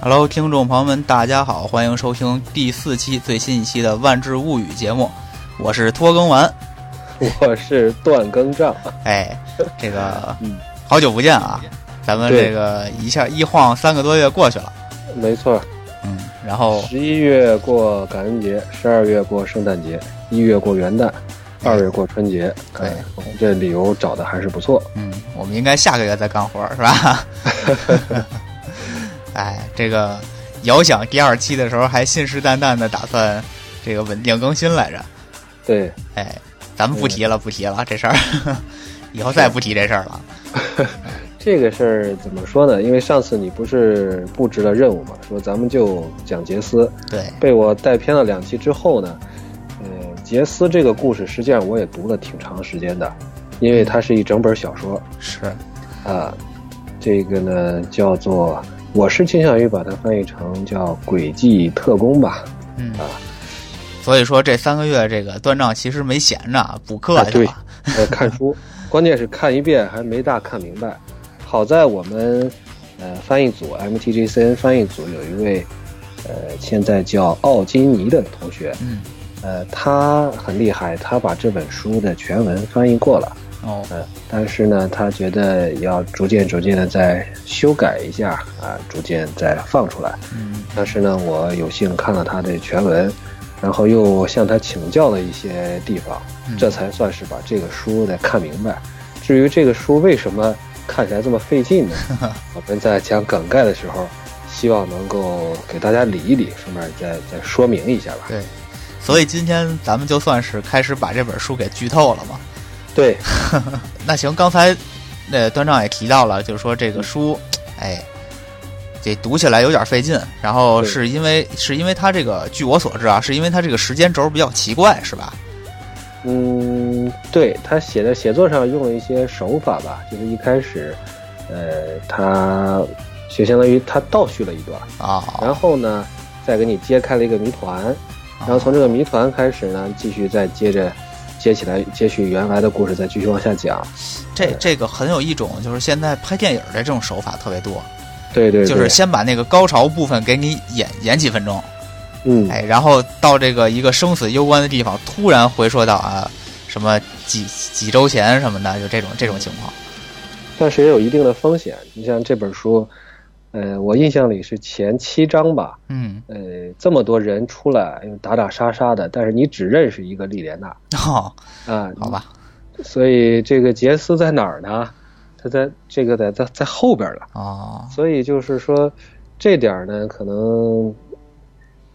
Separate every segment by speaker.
Speaker 1: Hello，听众朋友们，大家好，欢迎收听第四期最新一期的《万智物语》节目，我是拖更丸。
Speaker 2: 我是断更账，
Speaker 1: 哎，这个
Speaker 2: 嗯
Speaker 1: 好久不见啊，咱们
Speaker 2: 对
Speaker 1: 这个一下一晃三个多月过去了，
Speaker 2: 没错。
Speaker 1: 嗯，然后
Speaker 2: 十一月过感恩节，十二月过圣诞节，一月过元旦，二月过春节。
Speaker 1: 对
Speaker 2: 哎，我们这理由找的还是不错。
Speaker 1: 嗯，我们应该下个月再干活儿是 吧？哎，这个遥想第二期的时候还信誓旦旦的打算这个稳定更新来着，
Speaker 2: 对，
Speaker 1: 哎，咱们不提了，不提了这事儿， 以后再不提这事儿了。
Speaker 2: 这个事儿怎么说呢？因为上次你不是布置了任务嘛，说咱们就讲杰斯，
Speaker 1: 对，
Speaker 2: 被我带偏了两期之后呢，呃，杰斯这个故事实际上我也读了挺长时间的，因为它是一整本小说。
Speaker 1: 是，
Speaker 2: 啊，这个呢叫做，我是倾向于把它翻译成叫“轨迹特工”吧。
Speaker 1: 嗯，所以说这三个月这个端账其实没闲着，补课
Speaker 2: 啊
Speaker 1: 去
Speaker 2: 对
Speaker 1: 了。
Speaker 2: 呃，看书，关键是看一遍还没大看明白。好在我们呃翻译组 MTGCN 翻译组有一位呃现在叫奥金尼的同学，
Speaker 1: 嗯，
Speaker 2: 呃，他很厉害，他把这本书的全文翻译过了。
Speaker 1: 哦，
Speaker 2: 呃，但是呢，他觉得要逐渐逐渐的再修改一下啊，逐渐再放出来。
Speaker 1: 嗯
Speaker 2: 但是呢，我有幸看了他的全文，然后又向他请教了一些地方，
Speaker 1: 嗯
Speaker 2: 这才算是把这个书得看明白。至于这个书为什么看起来这么费劲呢？我们在讲梗概的时候，希望能够给大家理一理，顺便再再说明一下吧。
Speaker 1: 对，所以今天咱们就算是开始把这本书给剧透了嘛。
Speaker 2: 对，
Speaker 1: 那行，刚才那端丈也提到了，就是说这个书，哎，这读起来有点费劲。然后
Speaker 2: 对
Speaker 1: 是因为是因为它这个，据我所知啊，是因为它这个时间轴比较奇怪，是吧？
Speaker 2: 嗯，对他写的写作上用了一些手法吧，就是一开始，呃，他就相当于他倒叙了一段，
Speaker 1: 啊，
Speaker 2: 然后呢，再给你揭开了一个谜团，然后从这个谜团开始呢，继续再接着接起来，接续原来的故事，再继续往下讲。
Speaker 1: 这这个很有一种就是现在拍电影的这种手法特别多，
Speaker 2: 对对对，
Speaker 1: 就是先把那个高潮部分给你演演几分钟。
Speaker 2: 嗯，
Speaker 1: 哎，然后到这个一个生死攸关的地方，突然回说到啊，什么几几周前什么的，就这种这种情况。
Speaker 2: 但是也有一定的风险。你像这本书，呃，我印象里是前七章吧，
Speaker 1: 嗯，
Speaker 2: 呃，这么多人出来打打杀杀的，但是你只认识一个莉莲娜
Speaker 1: 哦，
Speaker 2: 啊，
Speaker 1: 好吧，
Speaker 2: 所以这个杰斯在哪儿呢？他在这个在在在后边了。
Speaker 1: 哦，
Speaker 2: 所以就是说，这点儿呢，可能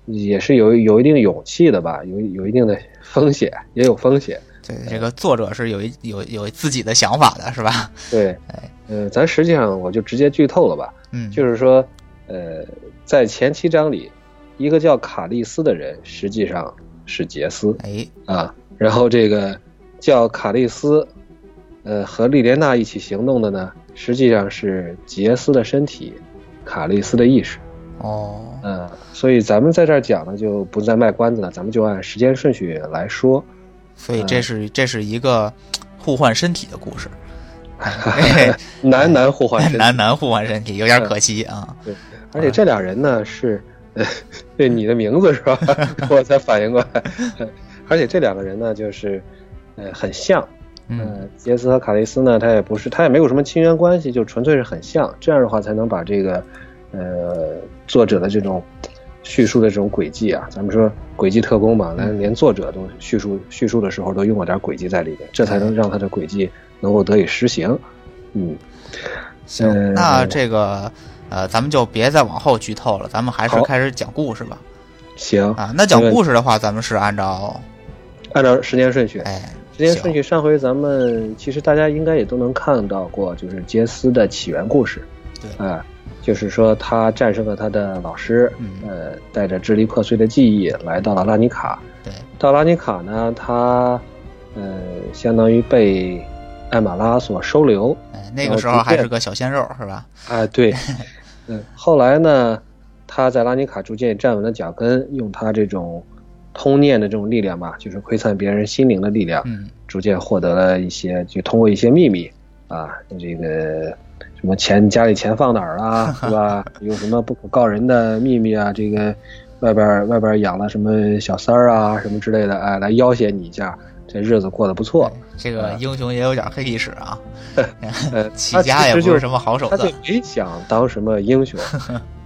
Speaker 2: 也是有有一定勇气的吧，有有一定的风险，也有风险。
Speaker 1: 对，这个作者是有一有有自己的想法的，是吧？
Speaker 2: 对
Speaker 1: 哎，
Speaker 2: 嗯、咱实际上我就直接剧透了吧，
Speaker 1: 嗯，
Speaker 2: 就是说，呃，在前七章里，一个叫卡利斯的人实际上是杰斯
Speaker 1: 哎，
Speaker 2: 啊，然后这个叫卡利斯，呃，和莉莲娜一起行动的呢，实际上是杰斯的身体，卡利斯的意识。
Speaker 1: 哦，
Speaker 2: 嗯，所以咱们在这儿讲呢，就不再卖关子了，咱们就按时间顺序来说。
Speaker 1: 所以这是这是一个互换身体的故 事，
Speaker 2: 男男互换身体，
Speaker 1: 男男互换身体有点可惜啊。
Speaker 2: 而且这俩人呢是， 呃，对你的名字是吧？ 我才反应过来。 而且这两个人呢，就是，呃，很像。
Speaker 1: 嗯，
Speaker 2: 呃，杰斯和卡雷斯呢，他也不是，他也没有什么亲缘关系，就纯粹是很像。这样的话，才能把这个，呃，作者的这种叙述的这种轨迹啊，咱们说轨迹特工嘛，
Speaker 1: 嗯
Speaker 2: 连连作者都叙述叙述的时候都用了点轨迹在里面，这才能让他的轨迹能够得以实行。嗯，
Speaker 1: 行，
Speaker 2: 嗯
Speaker 1: 那这个呃，咱们就别再往后剧透了，咱们还是
Speaker 2: 好
Speaker 1: 开始讲故事吧。
Speaker 2: 行，
Speaker 1: 啊，那讲
Speaker 2: 没问题
Speaker 1: 故事的话，咱们是按照
Speaker 2: 按照时间顺序，
Speaker 1: 哎，
Speaker 2: 时间
Speaker 1: 行
Speaker 2: 顺序，上回咱们其实大家应该也都能看到过，就是杰斯的起源故事。
Speaker 1: 对
Speaker 2: 啊、就是说他战胜了他的老师，
Speaker 1: 嗯
Speaker 2: 呃，带着支离破碎的记忆来到了拉尼卡。
Speaker 1: 对，
Speaker 2: 到拉尼卡呢，他呃，相当于被艾玛拉所收留。
Speaker 1: 哎，那个时候还是个小鲜肉，是吧？
Speaker 2: 啊，对， 嗯，后来呢，他在拉尼卡逐渐站稳了脚跟，用他这种通念的这种力量吧，就是窥探别人心灵的力量，
Speaker 1: 嗯，
Speaker 2: 逐渐获得了一些，就通过一些秘密啊，这个什么钱家里钱放哪儿啦，是吧？有什么不可告人的秘密啊？这个外边外边养了什么小三儿啊，什么之类的，哎，来要挟你一下，这日子过得 不错。
Speaker 1: 这
Speaker 2: 啊
Speaker 1: 个英雄也有点黑历史啊，
Speaker 2: 呃，
Speaker 1: 起家也
Speaker 2: 他
Speaker 1: 不
Speaker 2: 其实就是
Speaker 1: 什么好手
Speaker 2: 他就
Speaker 1: 段。
Speaker 2: 没想当什么 英雄，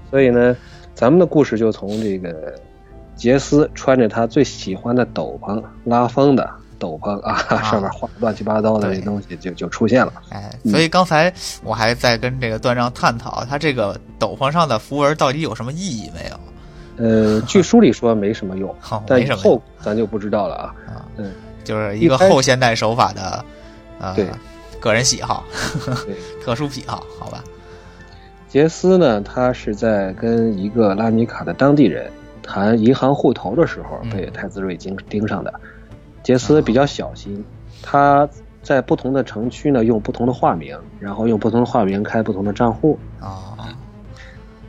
Speaker 2: 所以呢，咱们的故事就从这个杰斯穿着他最喜欢的斗篷，拉风的斗篷啊， 上面画乱七八糟的
Speaker 1: 对
Speaker 2: 这东西就就出现了。
Speaker 1: 哎，所以刚才我还在跟这个段章探讨，他这个斗篷上的符文到底有什么意义没有？
Speaker 2: 呃，据书里说没什么用，
Speaker 1: 好，
Speaker 2: 但
Speaker 1: 没
Speaker 2: 以
Speaker 1: 什么
Speaker 2: 后
Speaker 1: 用
Speaker 2: 咱就不知道了啊。
Speaker 1: 啊，
Speaker 2: 嗯，
Speaker 1: 就是一个
Speaker 2: 一开始
Speaker 1: 后现代手法的，呃
Speaker 2: 对，
Speaker 1: 个人喜好、
Speaker 2: 对，
Speaker 1: 特殊癖好，好吧？
Speaker 2: 杰斯呢，他是在跟一个拉米卡的当地人谈银行户头的时候
Speaker 1: 嗯啊
Speaker 2: 被太子睿盯盯上的。杰斯比较小心，他在不同的城区呢用不同的化名，然后用不同的化名开不同的账户。
Speaker 1: 哦，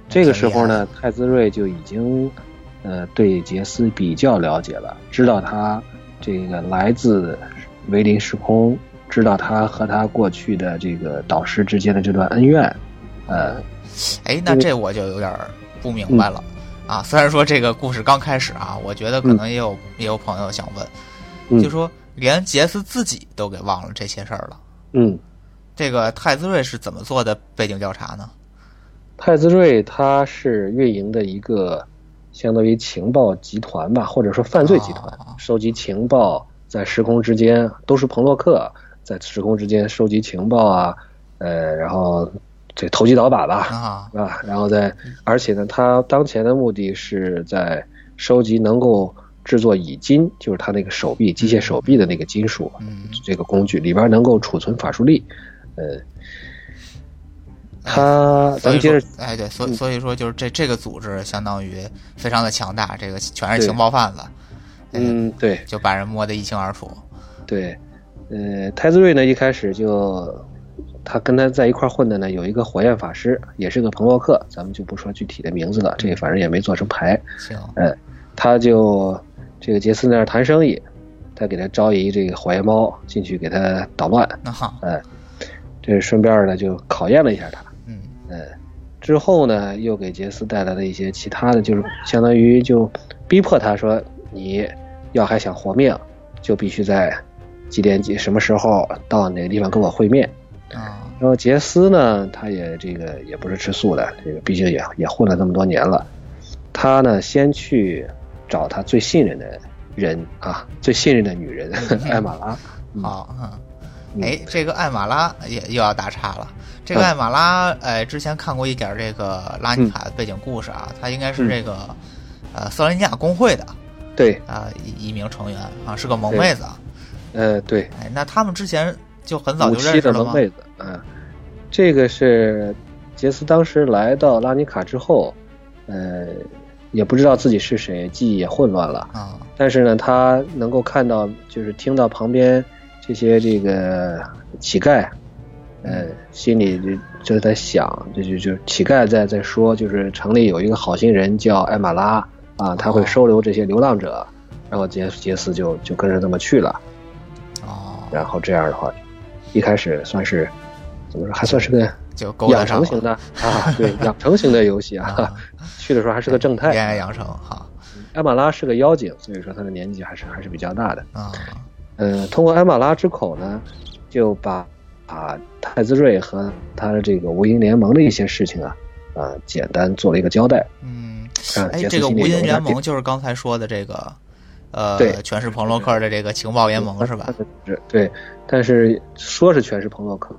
Speaker 2: 这个时候呢，太子睿就已经呃对杰斯比较了解了，知道他这个来自维林时空，知道他和他过去的这个导师之间的这段恩怨，呃，
Speaker 1: 哎，那这我就有点儿不明白了、
Speaker 2: 嗯
Speaker 1: 啊。虽然说这个故事刚开始啊，我觉得可能也有、也有朋友想问，
Speaker 2: 嗯
Speaker 1: 就说连杰斯自己都给忘了这些事儿了，
Speaker 2: 嗯。
Speaker 1: 这个太子睿是怎么做的背景调查呢？
Speaker 2: 太子睿他是运营的一个相当于情报集团吧，或者说犯罪集团
Speaker 1: 哦，
Speaker 2: 收集情报，在时空之间都是彭洛克，在时空之间收集情报啊，呃，然后这投机倒把吧，
Speaker 1: 啊，
Speaker 2: 是吧？然后再，而且呢，他当前的目的是在收集能够制作乙金，就是他那个手臂机械手臂的那个金属，
Speaker 1: 嗯，
Speaker 2: 这个工具里边能够储存法术力，呃，他咱
Speaker 1: 所以
Speaker 2: 们接
Speaker 1: 说
Speaker 2: 着，嗯
Speaker 1: 哎，对，所以所以说就是这这个组织相当于非常的强大，这个全是情报贩子，哎，
Speaker 2: 嗯，对。
Speaker 1: 就把人摸得一清二楚。
Speaker 2: 对，呃，太子睿呢一开始就他跟他在一块儿混的呢有一个火焰法师，也是个彭洛克，咱们就不说具体的名字了，
Speaker 1: 嗯
Speaker 2: 这反正也没做成牌。
Speaker 1: 行，
Speaker 2: 嗯，他就这个杰斯那儿谈生意，他给他招一这个火焰猫进去给他捣乱，
Speaker 1: 那好，
Speaker 2: 嗯，这顺便呢就考验了一下他。
Speaker 1: 嗯，
Speaker 2: 嗯，之后呢，又给杰斯带来了一些其他的，就是相当于就逼迫他说，你要还想活命，就必须在几点几什么时候到哪个地方跟我会面。
Speaker 1: 啊，
Speaker 2: 然后杰斯呢，他也这个也不是吃素的，这个毕竟也也混了这么多年了，他呢先去找他最信任的人啊，最信任的女人艾玛拉。嗯
Speaker 1: 好，嗯。
Speaker 2: 嗯
Speaker 1: 哎，这个艾玛拉也又要打岔了。这个
Speaker 2: 嗯
Speaker 1: 艾玛拉，呃，之前看过一点儿这个拉尼卡的背景故事啊，她应该
Speaker 2: 嗯
Speaker 1: 是这个，呃，瑟伦尼亚工会的
Speaker 2: 对，
Speaker 1: 啊、一一名成员啊，是个萌妹子啊。
Speaker 2: 呃，对，
Speaker 1: 哎，那他们之前就很早
Speaker 2: 早
Speaker 1: 就
Speaker 2: 就
Speaker 1: 认
Speaker 2: 认
Speaker 1: 识
Speaker 2: 识
Speaker 1: 了
Speaker 2: 了吗
Speaker 1: 吗
Speaker 2: 五七的萌？妹子，嗯，这个是杰斯当时来到拉尼卡之后，呃，也不知道自己是谁，记忆也混乱了。
Speaker 1: 啊、
Speaker 2: 但是呢，他能够看到，就是听到旁边这些这个乞丐，呃，心里就就在想，就就就乞丐在在说，就是城里有一个好心人叫艾玛拉啊，他会收留这些流浪者，然后杰杰斯就就跟着这么去了。
Speaker 1: 哦，
Speaker 2: 然后这样的话，一开始算是怎么说，还算是个
Speaker 1: 就勾搭
Speaker 2: 养
Speaker 1: 上
Speaker 2: 成
Speaker 1: 了
Speaker 2: 型的啊，对，养成型的游 戏啊
Speaker 1: 啊。
Speaker 2: 去的时候还是个正
Speaker 1: 恋
Speaker 2: 太，
Speaker 1: 爱养成哈
Speaker 2: 艾玛拉是个妖精，所以说她的年纪还是还是比较大的。
Speaker 1: 啊、
Speaker 2: 呃，通过艾玛拉之口呢，就把把太子睿和他的这个无垠联盟的一些事情啊啊简单做了一个交代，
Speaker 1: 嗯，
Speaker 2: 让
Speaker 1: 哎，
Speaker 2: 啊杰
Speaker 1: 这
Speaker 2: 斯
Speaker 1: 个
Speaker 2: 心
Speaker 1: 无
Speaker 2: 里有
Speaker 1: 垠
Speaker 2: 一点
Speaker 1: 联
Speaker 2: 底
Speaker 1: 盟。就是刚才说的这个，呃，
Speaker 2: 对嗯
Speaker 1: 全是彭洛克的这个情报联盟是吧？
Speaker 2: 是对，但是说是全是彭洛克，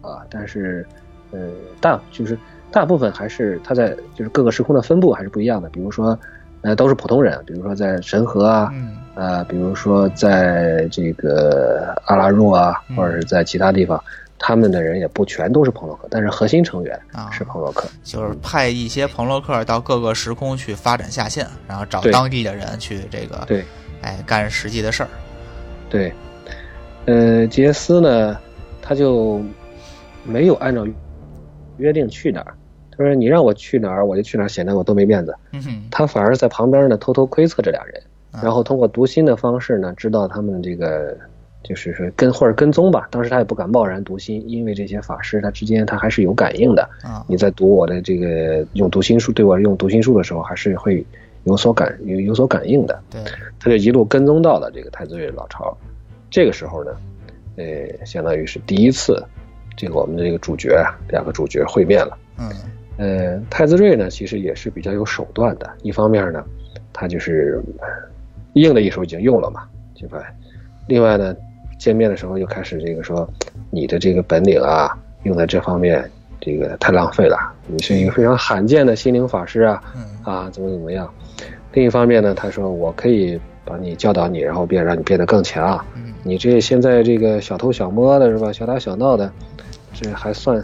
Speaker 2: 啊，但是呃，大就是大部分还是他在就是各个时空的分布还是不一样的。比如说，呃，都是普通人，比如说在神河啊，
Speaker 1: 嗯，
Speaker 2: 呃，比如说在这个阿拉若啊，
Speaker 1: 嗯
Speaker 2: 或者是在其他地方，他们的人也不全都是彭洛克，但是核心成员
Speaker 1: 啊
Speaker 2: 是彭洛克。
Speaker 1: 就是派一些朋洛克到各个时空去发展下线，然后找
Speaker 2: 对
Speaker 1: 当地的人去这个，
Speaker 2: 对
Speaker 1: 哎，干实际的事儿。
Speaker 2: 对，呃，杰斯呢，他就没有按照约定去哪儿。他说：“你让我去哪儿，我就去哪儿，显得我多没面子。”
Speaker 1: 嗯哼，
Speaker 2: 他反而在旁边呢偷偷窥测这俩人，
Speaker 1: 啊
Speaker 2: 然后通过读心的方式呢，知道他们这个就是说跟或者跟踪吧。当时他也不敢贸然读心，因为这些法师他之间他还是有感应的。
Speaker 1: 啊，
Speaker 2: 你在读我的这个用读心术对我用读心术的时候，还是会有所感有有所感应的。
Speaker 1: 对，
Speaker 2: 他就一路跟踪到了这个太子睿老巢。这个时候呢，呃，相当于是第一次，这个我们的这个主角啊，两个主角会面了。
Speaker 1: 嗯
Speaker 2: 呃，太子睿呢，其实也是比较有手段的。一方面呢，他就是呃硬的一手已经用了嘛，对吧？另外呢，见面的时候又开始这个说，你的这个本领啊，用在这方面，这个太浪费了。你是一个非常罕见的心灵法师啊，
Speaker 1: 嗯
Speaker 2: 啊，怎么怎么样。另一方面呢，他说我可以把你教导你，然后变让你变得更强。啊
Speaker 1: 嗯，
Speaker 2: 你这现在这个小偷小摸的是吧？小打小闹的，这还算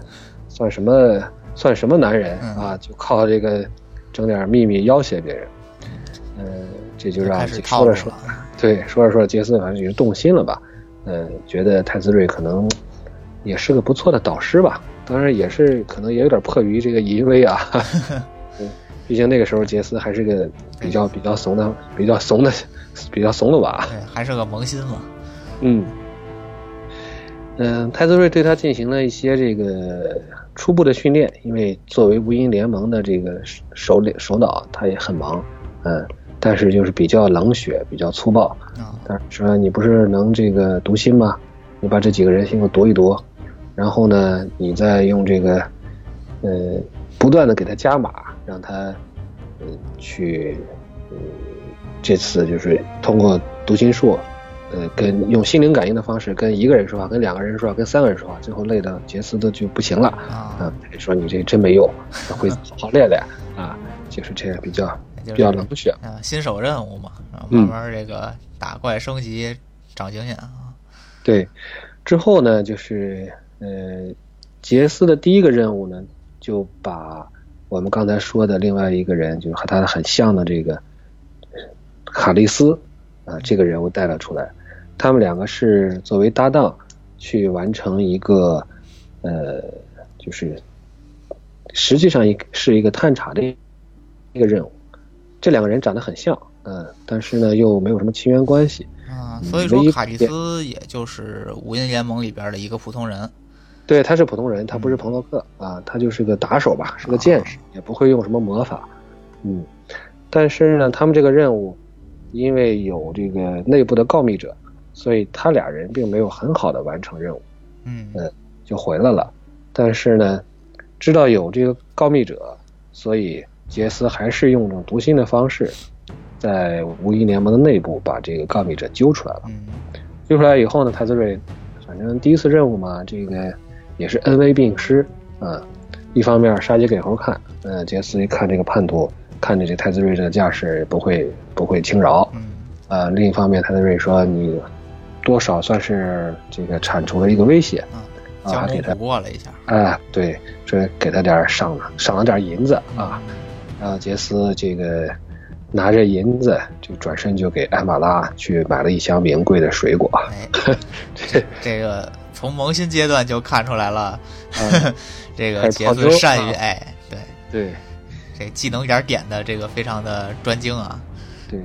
Speaker 2: 算什么？算什么男人
Speaker 1: 嗯
Speaker 2: 啊？就靠这个整点秘密要挟别人。嗯、这就
Speaker 1: 就
Speaker 2: 让
Speaker 1: 开始套
Speaker 2: 说
Speaker 1: 路
Speaker 2: 着说
Speaker 1: 了，啊
Speaker 2: 对，说着说着，杰斯反正也是动心了吧？嗯、觉得太子睿可能也是个不错的导师吧，当然也是可能也有点迫于这个淫 威啊。嗯毕竟那个时候杰斯还是个比
Speaker 1: 哎
Speaker 2: 较比较怂的、比较怂的、比较怂的娃。
Speaker 1: 对，还是个萌新嘛，
Speaker 2: 嗯，嗯、太子睿对他进行了一些这个初步的训练，因为作为无垠联盟的这个首首领首脑，他也很忙，嗯，但是就是比较冷血，比较粗暴。
Speaker 1: 啊，
Speaker 2: 但是说你不是能这个读心吗？你把这几个人先给我读一读，然后呢，你再用这个，呃，不断的给他加码，让他，呃，去，呃，这次就是通过读心术，呃，跟用心灵感应的方式跟一个人说话，跟两个人说话，跟三个人说话，最后累的杰斯都就不行了。
Speaker 1: 啊
Speaker 2: 啊，，他说你这真没用，回去好好练练啊，就是这样比较
Speaker 1: 就
Speaker 2: 比较
Speaker 1: 是
Speaker 2: 冷血。
Speaker 1: 啊新手任务嘛，然后慢
Speaker 2: 嗯
Speaker 1: 慢这个打怪升级，长经验啊，
Speaker 2: 对，之后呢，就是呃，杰斯的第一个任务呢，就把我们刚才说的另外一个人，就是和他很像的这个卡利斯啊、这个人物带了出来。他们两个是作为搭档去完成一个呃，就是实际上一个是一个探查的一个任务。这两个人长得很像，嗯、但是呢又没有什么亲缘关系。
Speaker 1: 啊，
Speaker 2: 嗯
Speaker 1: 所以
Speaker 2: 唯
Speaker 1: 说
Speaker 2: 一
Speaker 1: 卡蒂斯也就是无垠联盟里边的一个普通人，
Speaker 2: 对，他是普通人，他不是朋洛克啊，他就是个打手吧，是个剑士，也不会用什么魔法。嗯，但是呢，他们这个任务，因为有这个内部的告密者，所以他俩人并没有很好的完成任务，
Speaker 1: 嗯
Speaker 2: 嗯就回来了。但是呢，知道有这个告密者，所以杰斯还是用这种读心的方式，在无一联盟的内部把这个告密者揪出来了。
Speaker 1: 嗯
Speaker 2: 揪出来以后呢，太子睿反正第一次任务嘛，这个也是恩威并施啊。一方面杀鸡给猴看，嗯、杰斯一看这个叛徒，看着这太子睿这个架势不会不会轻饶，
Speaker 1: 嗯
Speaker 2: 啊。另一方面，太子睿说你多少算是这个铲除了一个威胁，
Speaker 1: 啊，
Speaker 2: 啊，
Speaker 1: 江
Speaker 2: 还
Speaker 1: 湖
Speaker 2: 给他
Speaker 1: 补过了一下
Speaker 2: 啊，对，说给他点儿赏赏了点儿银子啊。，
Speaker 1: 嗯
Speaker 2: 然后杰斯这个拿着银子，就转身就给艾玛拉去买了一箱名贵的水果。
Speaker 1: 哎， 这个从萌新阶段就看出来了，
Speaker 2: 嗯
Speaker 1: 这个
Speaker 2: 开始
Speaker 1: 杰
Speaker 2: 泡
Speaker 1: 斯
Speaker 2: 妞
Speaker 1: 善于
Speaker 2: 啊
Speaker 1: 哎，对，
Speaker 2: 对，
Speaker 1: 这技能点儿点的这个非常的专精啊，
Speaker 2: 对，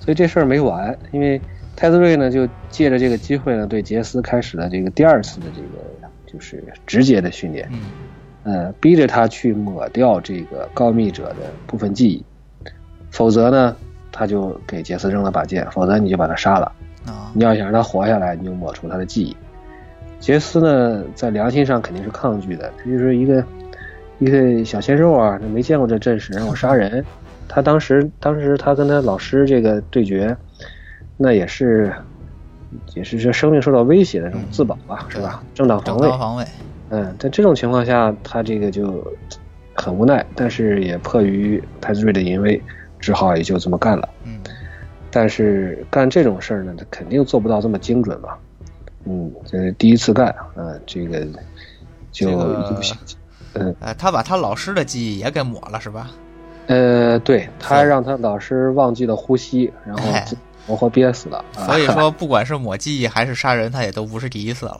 Speaker 2: 所以这事儿没完，因为太子睿呢就借着这个机会呢，对杰斯开始了这个第二次的这个就是直接的训练，
Speaker 1: 嗯
Speaker 2: 呃，逼着他去抹掉这个告密者的部分记忆，否则呢，他就给杰斯扔了把剑，否则你就把他杀了。
Speaker 1: 啊，
Speaker 2: 你要想让他活下来，你就抹除他的记忆。杰斯呢，在良心上肯定是抗拒的，他就是一个一个小鲜肉啊，没见过这阵势，让我杀人。他当时，当时他跟他老师这个对决，那也是也是这生命受到威胁的这种自保吧，是吧？正当防
Speaker 1: 正
Speaker 2: 卫
Speaker 1: 当。防卫，
Speaker 2: 嗯，在这种情况下，他这个就很无奈，但是也迫于太子睿的淫威，只好也就这么干了。
Speaker 1: 嗯
Speaker 2: 但是干这种事儿呢，他肯定做不到这么精准嘛。嗯，这是第一次干啊、呃这个就
Speaker 1: 这个
Speaker 2: 嗯
Speaker 1: 呃，他把他老师的记忆也给抹了是吧？
Speaker 2: 呃，对他
Speaker 1: 所以
Speaker 2: 让他老师忘记了呼吸，然后
Speaker 1: 哎
Speaker 2: 就活活憋死了。啊
Speaker 1: 所 以说，不管是抹记忆还是杀人，他也都不是第一次了。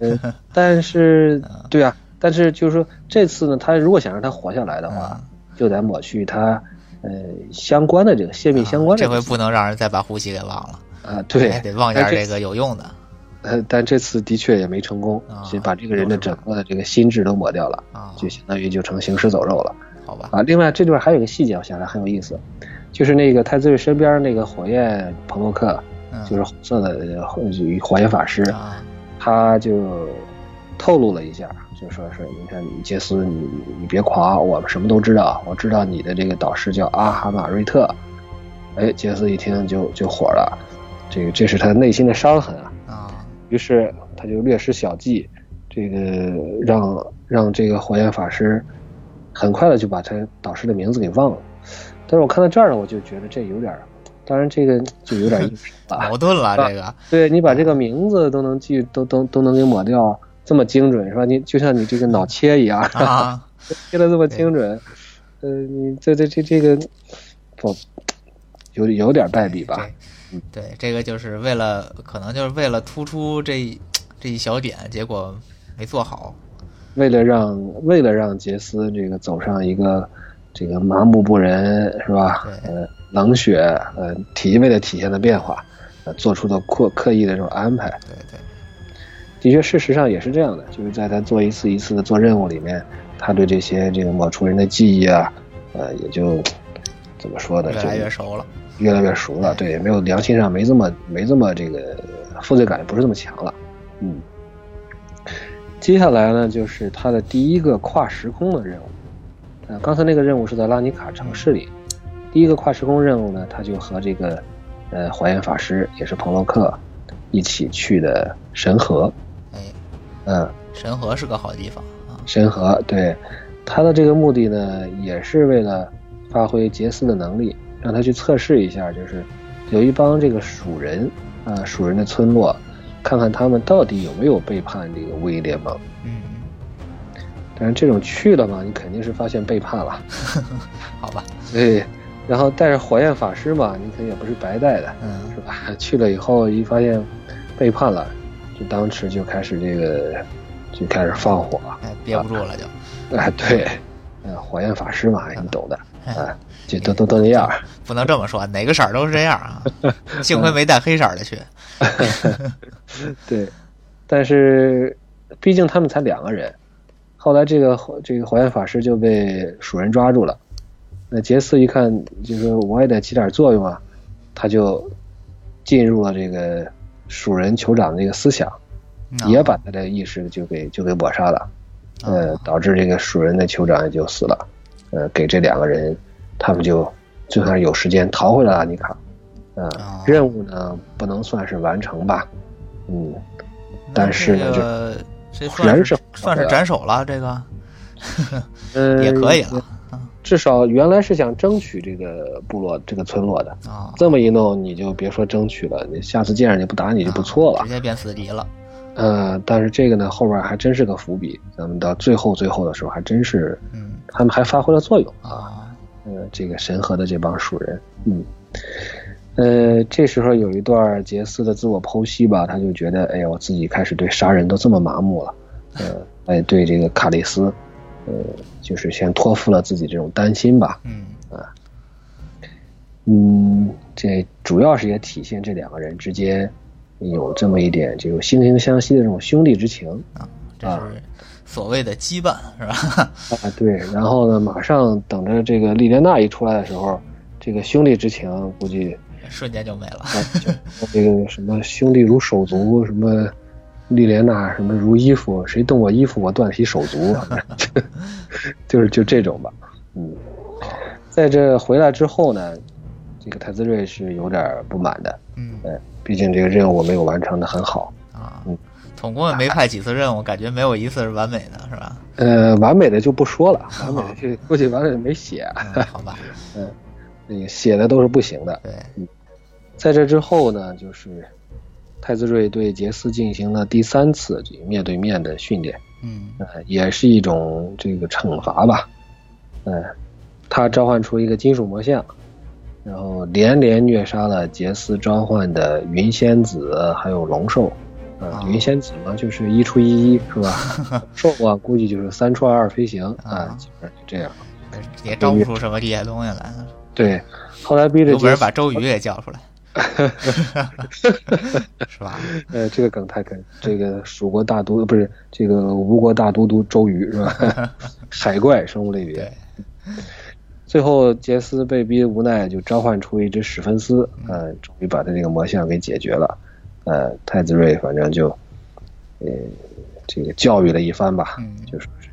Speaker 2: 嗯但是对啊，但是就是说这次呢，他如果想让他活下来的话，
Speaker 1: 嗯
Speaker 2: 就得抹去他呃相关的这个泄密相关
Speaker 1: 啊这
Speaker 2: 的
Speaker 1: 回哎
Speaker 2: 东西
Speaker 1: 不能让人再把呼吸给忘了。
Speaker 2: 啊， 对
Speaker 1: 还，得忘一
Speaker 2: 但
Speaker 1: 下
Speaker 2: 这
Speaker 1: 这个有用的
Speaker 2: 呃，但这次的确也没成功
Speaker 1: 啊，
Speaker 2: 就把这个人的整个的这个心智都抹掉了，
Speaker 1: 啊，
Speaker 2: 就相当于就成行尸走肉了
Speaker 1: 好吧，
Speaker 2: 啊。另外这段还有个细节，我想来很有意思，就是那个他最身边那个火焰朋洛克，
Speaker 1: 嗯，
Speaker 2: 就是红色的呃火就火焰法师，
Speaker 1: 啊，
Speaker 2: 他就透露了一下，就说是你看你杰斯，你你你别狂，我们什么都知道，我知道你的这个导师叫阿哈马瑞特。哎，杰斯一听就就火了，这个这是他内心的伤痕啊。
Speaker 1: 啊，
Speaker 2: 于是他就略施小计，这个让让这个火焰法师很快的就把他导师的名字给忘了。但是我看到这儿呢，我就觉得这有点儿，当然这个就有点意思了。啊
Speaker 1: 矛盾了这个，
Speaker 2: 对你把这个名字都能记，都都都能给抹掉，这么精准是吧？你就像你这个脑切一样，
Speaker 1: 啊，
Speaker 2: 切的这么精准，呃，你这这这这个不有有点败笔吧？
Speaker 1: 对？对，这个就是为了，可能就是为了突出这一这一小点，结果没做好。
Speaker 2: 为了让为了让杰斯这个走上一个这个麻木不仁是吧？
Speaker 1: 对
Speaker 2: 呃，冷血呃体为了体现的变化，呃，做出的刻刻意的这种安排，
Speaker 1: 对对，
Speaker 2: 的确，事实上也是这样的，就是在他做一次一次的做任务里面，他对这些这个抹除人的记忆啊，呃，也就怎么说呢，
Speaker 1: 越
Speaker 2: 就
Speaker 1: 来越熟了。
Speaker 2: 越来越熟了。对，也没有良心上没这么没这么这个负罪感也不是这么强了。嗯，接下来呢，就是他的第一个跨时空的任务。呃，刚才那个任务是在拉尼卡城市里，第一个跨时空任务呢，他就和这个呃火焰法师也是彭洛克一起去的神河。
Speaker 1: 哎，
Speaker 2: 嗯，
Speaker 1: 神河是个好地方啊。
Speaker 2: 神河，对，他的这个目的呢，也是为了发挥杰斯的能力，让他去测试一下，就是有一帮这个蜀人啊、蜀人的村落，看看他们到底有没有背叛这个卫衣联盟。
Speaker 1: 嗯，
Speaker 2: 但是这种去了嘛，你肯定是发现背叛了，
Speaker 1: 好吧，
Speaker 2: 所以，然后带着火焰法师嘛，你肯定也不是白带的，
Speaker 1: 嗯
Speaker 2: 是吧？去了以后一发现背叛了，就当时就开始这个就开始放火。
Speaker 1: 哎，憋不住了就，
Speaker 2: 哎， 对，呃，火焰法师嘛，你懂的，
Speaker 1: 哎
Speaker 2: 啊，就都都都那样儿。
Speaker 1: 不能这么说，哪个色儿都是这样 啊。幸亏没带黑色儿的去。
Speaker 2: 对，但是毕竟他们才两个人，后来这个火这个火焰法师就被蜀人抓住了。那杰斯一看，就说我也得起点作用啊，他就进入了这个蜀人酋长的这个思想，
Speaker 1: 嗯
Speaker 2: 也把他的意识就给就给抹杀了，呃
Speaker 1: 啊，
Speaker 2: 导致这个蜀人的酋长也就死了，呃，给这两个人，他们就就算是有时间逃回了阿尼卡，呃
Speaker 1: 哦，
Speaker 2: 任务呢不能算是完成吧，嗯，但是呢
Speaker 1: 这个这算
Speaker 2: 人
Speaker 1: 是
Speaker 2: 是
Speaker 1: 算是斩首了，这个
Speaker 2: 呃，
Speaker 1: 也可以了。
Speaker 2: 至少原来是想争取这个部落这个村落的，
Speaker 1: 啊，
Speaker 2: 这么一弄你就别说争取了，你下次见着你不打你就不错了
Speaker 1: 啊直，接变死敌了。
Speaker 2: 呃，但是这个呢后边还真是个伏笔，咱们到最后最后的时候还真是
Speaker 1: 嗯
Speaker 2: 他们还发挥了作用啊。
Speaker 1: 啊，
Speaker 2: 呃，这个神河的这帮蜀人，嗯，呃，这时候有一段杰斯的自我剖析吧，他就觉得，哎呀，我自己开始对杀人都这么麻木了，呃，哎，对这个卡利斯，呃，就是先托付了自己这种担心吧，
Speaker 1: 嗯
Speaker 2: 嗯，这主要是也体现这两个人之间有这么一点这种惺惺相惜的这种兄弟之情
Speaker 1: 啊，这是所谓的羁绊是吧？
Speaker 2: 啊，对，然后呢，马上等着这个莉莲娜一出来的时候，这个兄弟之情估计。
Speaker 1: 瞬间就没了。
Speaker 2: 哎这个什么兄弟如手足，什么莉莲娜，什么如衣服，谁动我衣服，我断其手足，就是就这种吧。嗯，在这回来之后呢，这个台兹瑞是有点不满的，
Speaker 1: 嗯
Speaker 2: 毕竟这个任务没有完成的很好。
Speaker 1: 啊，
Speaker 2: 嗯
Speaker 1: 统共也没派几次任务，感觉没有一次是完美的，是吧？
Speaker 2: 呃，完美的就不说了，完美的这估计完美的没写，啊
Speaker 1: 嗯，好 吧，
Speaker 2: 那个写的都是不行的。
Speaker 1: 对，
Speaker 2: 在这之后呢，就是太子睿对杰斯进行了第三次这个面对面的训练。
Speaker 1: 嗯
Speaker 2: 呃，也是一种这个惩罚吧。嗯，他召唤出一个金属魔像，然后连连虐杀了杰斯召唤的云仙子还有龙兽。呃
Speaker 1: 啊，
Speaker 2: 云仙子嘛，就是一出一一 是吧？兽啊，估计就是三出二二飞行
Speaker 1: 啊
Speaker 2: 啊，基本上就这样。
Speaker 1: 嗯也招不出什么厉害东西来，
Speaker 2: 对，后来逼着
Speaker 1: 有本
Speaker 2: 杰
Speaker 1: 事
Speaker 2: 斯
Speaker 1: 把周瑜给叫出来。是 吧？
Speaker 2: 呃，这个梗太梗，这个蜀国大都呃不是这个吴国大都督周瑜是 吧？ 海怪生物类别。
Speaker 1: 对，
Speaker 2: 最后杰斯被逼无奈，就召唤出一只史芬斯，呃，终于把他这个魔像给解决了。呃，太子睿反正就，呃，这个教育了一番吧，
Speaker 1: 嗯
Speaker 2: 就说是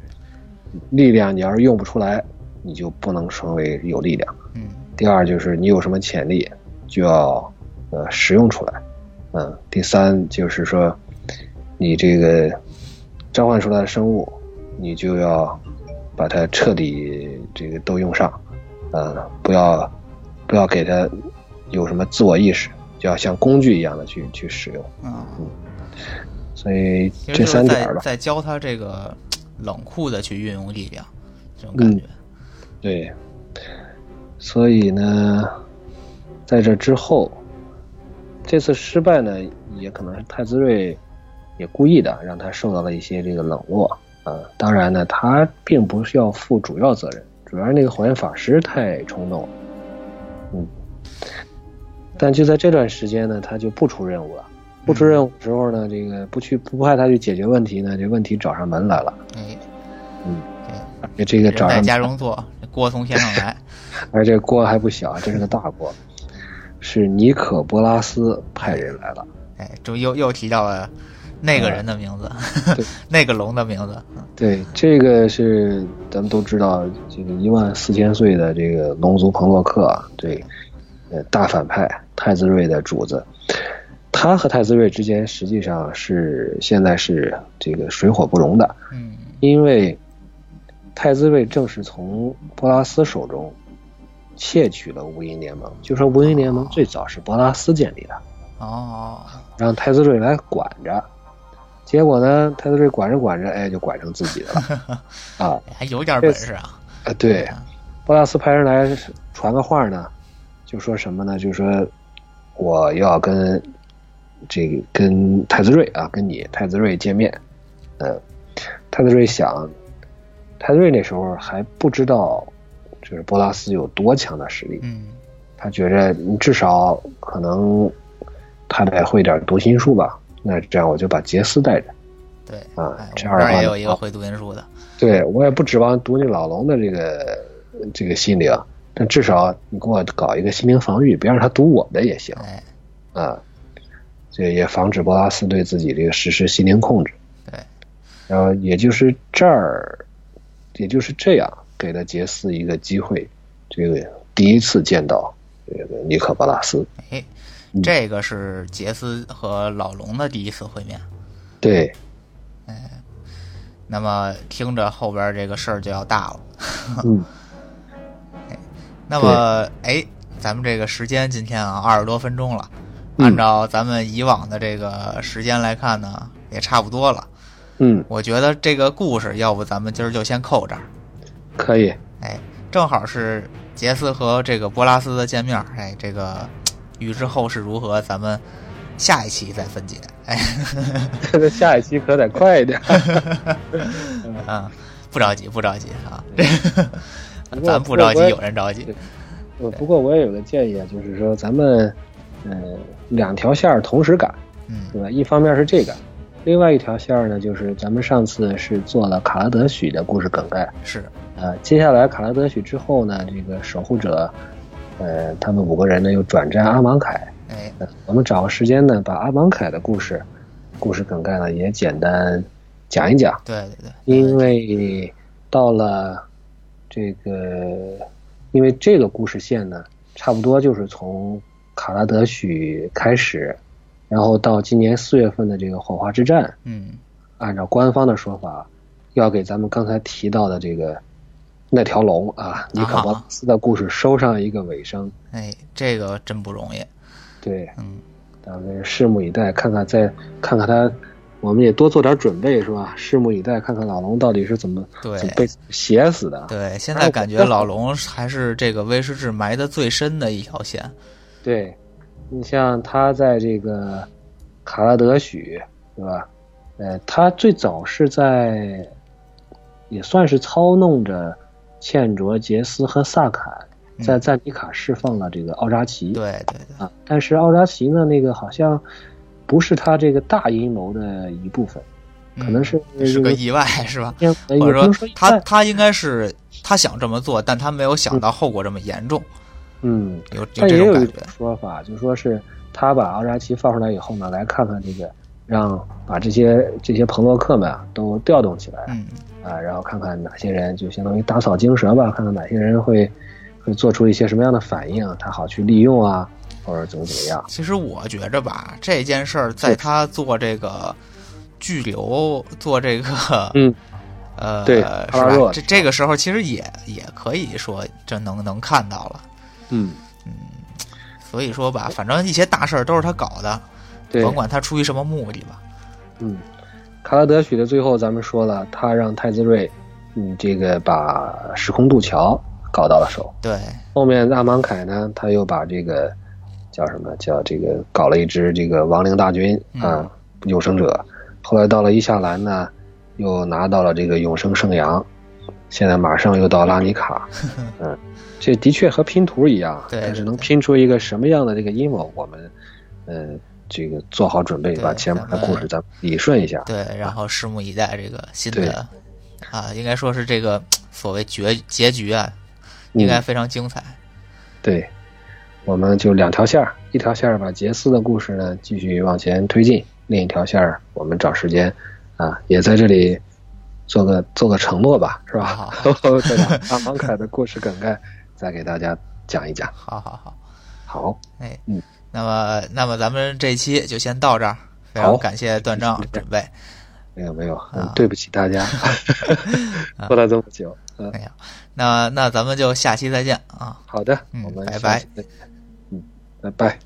Speaker 2: 力量你要是用不出来，你就不能成为有力量。
Speaker 1: 嗯
Speaker 2: 第二就是你有什么潜力，就要呃使用出来。嗯，第三就是说，你这个召唤出来的生物，你就要把它彻底这个都用上，嗯，不要不要给它有什么自我意识，就要像工具一样的去去使用。
Speaker 1: 啊，
Speaker 2: 所以
Speaker 1: 其实
Speaker 2: 嗯
Speaker 1: 就
Speaker 2: 这
Speaker 1: 是
Speaker 2: 三点
Speaker 1: 在
Speaker 2: 儿吧，
Speaker 1: 在教他这个冷酷的去运用力量，这种
Speaker 2: 嗯
Speaker 1: 感觉。
Speaker 2: 对，所以呢，在这之后，这次失败呢，也可能是太子睿也故意的，让他受到了一些这个冷落啊、当然呢，他并不是要负主要责任，主要是那个火焰法师太冲动了，嗯。但就在这段时间呢，他就不出任务了。不出任务的时候呢，这个不去不派他去解决问题呢，这问题找上门来了。
Speaker 1: 哎，
Speaker 2: 嗯，
Speaker 1: 对，
Speaker 2: 而且这个
Speaker 1: 人
Speaker 2: 找上
Speaker 1: 在
Speaker 2: 门
Speaker 1: 家中坐，锅从天上来。
Speaker 2: 而这锅还不小，啊这是个大锅，是尼可波拉斯派人来了。
Speaker 1: 哎，这又又提到了那个人的名字，
Speaker 2: 对
Speaker 1: 那个龙的名字。
Speaker 2: 对，这个是咱们都知道，这个一万四千岁的这个龙族彭洛克啊，对，呃，大反派太子睿的主子，他和太子睿之间实际上是现在是这个水火不容的，
Speaker 1: 嗯
Speaker 2: 因为太子睿正是从波拉斯手中窃取了无垠联盟，就说无垠联盟最早是波拉斯建立的。
Speaker 1: 哦，
Speaker 2: 让太子睿来管着。结果呢，太子睿管着管着，哎，就管成自己的了啊
Speaker 1: 还有点本事啊。
Speaker 2: 啊！对，波拉斯派人来传个话呢，就说什么呢？就说我要跟这个跟太子睿啊，跟你太子睿见面。嗯，太子睿想，太子睿那时候还不知道，就是波拉斯有多强的实力，
Speaker 1: 嗯
Speaker 2: 他觉着你至少可能他得会点读心术吧。那这样我就把杰斯带着
Speaker 1: 对，
Speaker 2: 啊
Speaker 1: 哎，，
Speaker 2: 这
Speaker 1: 我们这儿
Speaker 2: 样的话
Speaker 1: 也有一
Speaker 2: 呢
Speaker 1: 个会读音术的。
Speaker 2: 对我也不指望读你老龙的这个这个心灵，但至少你给我搞一个心灵防御，别让他读我的也行
Speaker 1: 哎，
Speaker 2: 啊。这也防止波拉斯对自己这个实施心灵控制。
Speaker 1: 对，
Speaker 2: 然后也就是这儿，也就是这样给了杰斯一个机会，这个第一次见到这个尼可波拉斯。
Speaker 1: 哎，
Speaker 2: 嗯
Speaker 1: 这个是杰斯和老龙的第一次会面。
Speaker 2: 对，
Speaker 1: 那么听着后边这个事儿就要大了。
Speaker 2: 嗯，
Speaker 1: 那么，哎，咱们这个时间今天啊二十多分钟了，
Speaker 2: 嗯
Speaker 1: 按照咱们以往的这个时间来看呢，也差不多了。
Speaker 2: 嗯，
Speaker 1: 我觉得这个故事，要不咱们今儿就先扣这儿。
Speaker 2: 可以，
Speaker 1: 哎，正好是杰斯和这个波拉斯的见面儿。哎，这个预知后事如何，咱们下一期再分解。哎，
Speaker 2: 下一期可得快一点。
Speaker 1: 嗯，不着急，不着急啊，这咱不着急，有人着急。
Speaker 2: 呃， 不过我也有个建议啊，就是说咱们，呃，两条线儿同时赶，
Speaker 1: 嗯
Speaker 2: 对吧？一方面是这个，另外一条线儿呢，就是咱们上次是做了卡拉德许的故事梗概，
Speaker 1: 是，
Speaker 2: 呃，接下来卡拉德许之后呢，这个守护者，呃，他们五个人呢又转战阿芒凯，
Speaker 1: 哎，
Speaker 2: 呃我们找个时间呢，把阿芒凯的故事，故事梗概呢也简单讲一讲。
Speaker 1: 对对对，
Speaker 2: 因为到了这个，因为这个故事线呢，差不多就是从卡拉德许开始，然后到今年四月份的这个火花之战，
Speaker 1: 嗯
Speaker 2: 按照官方的说法，要给咱们刚才提到的这个那条龙啊，尼可波拉斯的故事收上一个尾声。
Speaker 1: 哎，这个真不容易。
Speaker 2: 对，
Speaker 1: 嗯，
Speaker 2: 咱们拭目以待，看看再看看他，我们也多做点准备，是吧？拭目以待，看看老龙到底是怎么
Speaker 1: 对
Speaker 2: 怎么被写死的。
Speaker 1: 对，现在感觉老龙还是这个威士忌埋的最深的一条线。
Speaker 2: 对，你像他在这个卡拉德许，对吧？呃，他最早是在，也算是操弄着茜卓、杰斯和萨坎在赞比卡释放了这个奥扎奇。
Speaker 1: 嗯对对对，
Speaker 2: 啊，但是奥扎奇呢，那个好像不是他这个大阴谋的一部分，
Speaker 1: 嗯
Speaker 2: 可能是
Speaker 1: 是个意外是吧？
Speaker 2: 因为呃也
Speaker 1: 或
Speaker 2: 不
Speaker 1: 者
Speaker 2: 能
Speaker 1: 说
Speaker 2: 意
Speaker 1: 他
Speaker 2: 外
Speaker 1: 他应该是他想这么做，但他没有想到后果这么严重，
Speaker 2: 嗯，
Speaker 1: 有有
Speaker 2: 但
Speaker 1: 这
Speaker 2: 也
Speaker 1: 种
Speaker 2: 有
Speaker 1: 感
Speaker 2: 一种
Speaker 1: 觉。
Speaker 2: 说法，就说是他把奥扎奇放出来以后呢，来看看这个，让把这些这些朋洛克们啊都调动起来
Speaker 1: 嗯，
Speaker 2: 啊，然后看看哪些人就相当于打草惊蛇吧，看看哪些人会会做出一些什么样的反应，他好去利用啊，或者怎么怎么样。
Speaker 1: 其实我觉着吧，这件事儿在他做这个拘留，做这个
Speaker 2: 嗯，
Speaker 1: 呃，
Speaker 2: 对
Speaker 1: 是
Speaker 2: 阿拉
Speaker 1: 吧？
Speaker 2: 若
Speaker 1: 这这个时候其实也也可以说这能能看到了，
Speaker 2: 嗯，
Speaker 1: 所以说吧，反正一些大事儿都是他搞的，
Speaker 2: 对，
Speaker 1: 甭管他出于什么目的吧。
Speaker 2: 嗯，卡拉德许的最后咱们说了，他让太子睿，嗯，这个把时空渡桥搞到了手。
Speaker 1: 对，
Speaker 2: 后面阿芒凯呢，他又把这个叫什么叫这个搞了一支这个亡灵大军
Speaker 1: 嗯
Speaker 2: 啊，永生者。后来到了伊夏兰呢，又拿到了这个永生圣阳，现在马上又到拉尼 卡，嗯，这的确和拼图一样，
Speaker 1: 对
Speaker 2: 但是
Speaker 1: 对
Speaker 2: 能拼出一个什么样的这个阴谋，我们嗯、这个做好准备，
Speaker 1: 对
Speaker 2: 把前面的
Speaker 1: 咱们
Speaker 2: 故事咱们理顺一下。
Speaker 1: 对，然后拭目以待这个新
Speaker 2: 对
Speaker 1: 的啊，应该说是这个所谓结结局啊，
Speaker 2: 嗯
Speaker 1: 应该非常精彩。
Speaker 2: 对，我们就两条线儿，一条线儿把杰斯的故事呢继续往前推进，另一条线儿我们找时间啊，也在这里做个做个承诺吧，是吧
Speaker 1: 好？
Speaker 2: 再把阿芒凯的故事梗概再给大家讲一讲。
Speaker 1: 好好好，
Speaker 2: 好，
Speaker 1: 哎，
Speaker 2: 嗯
Speaker 1: 那么那么咱们这期就先到这儿，非常
Speaker 2: 好
Speaker 1: 感谢段章准备。
Speaker 2: 没有没有，
Speaker 1: 啊
Speaker 2: 嗯对不起大 家， 拖了这么久。嗯，
Speaker 1: 哎呀，那那咱们就下期再见啊。
Speaker 2: 好的
Speaker 1: 嗯，
Speaker 2: 我们
Speaker 1: 拜
Speaker 2: 下
Speaker 1: 拜
Speaker 2: 期再见。嗯，拜拜。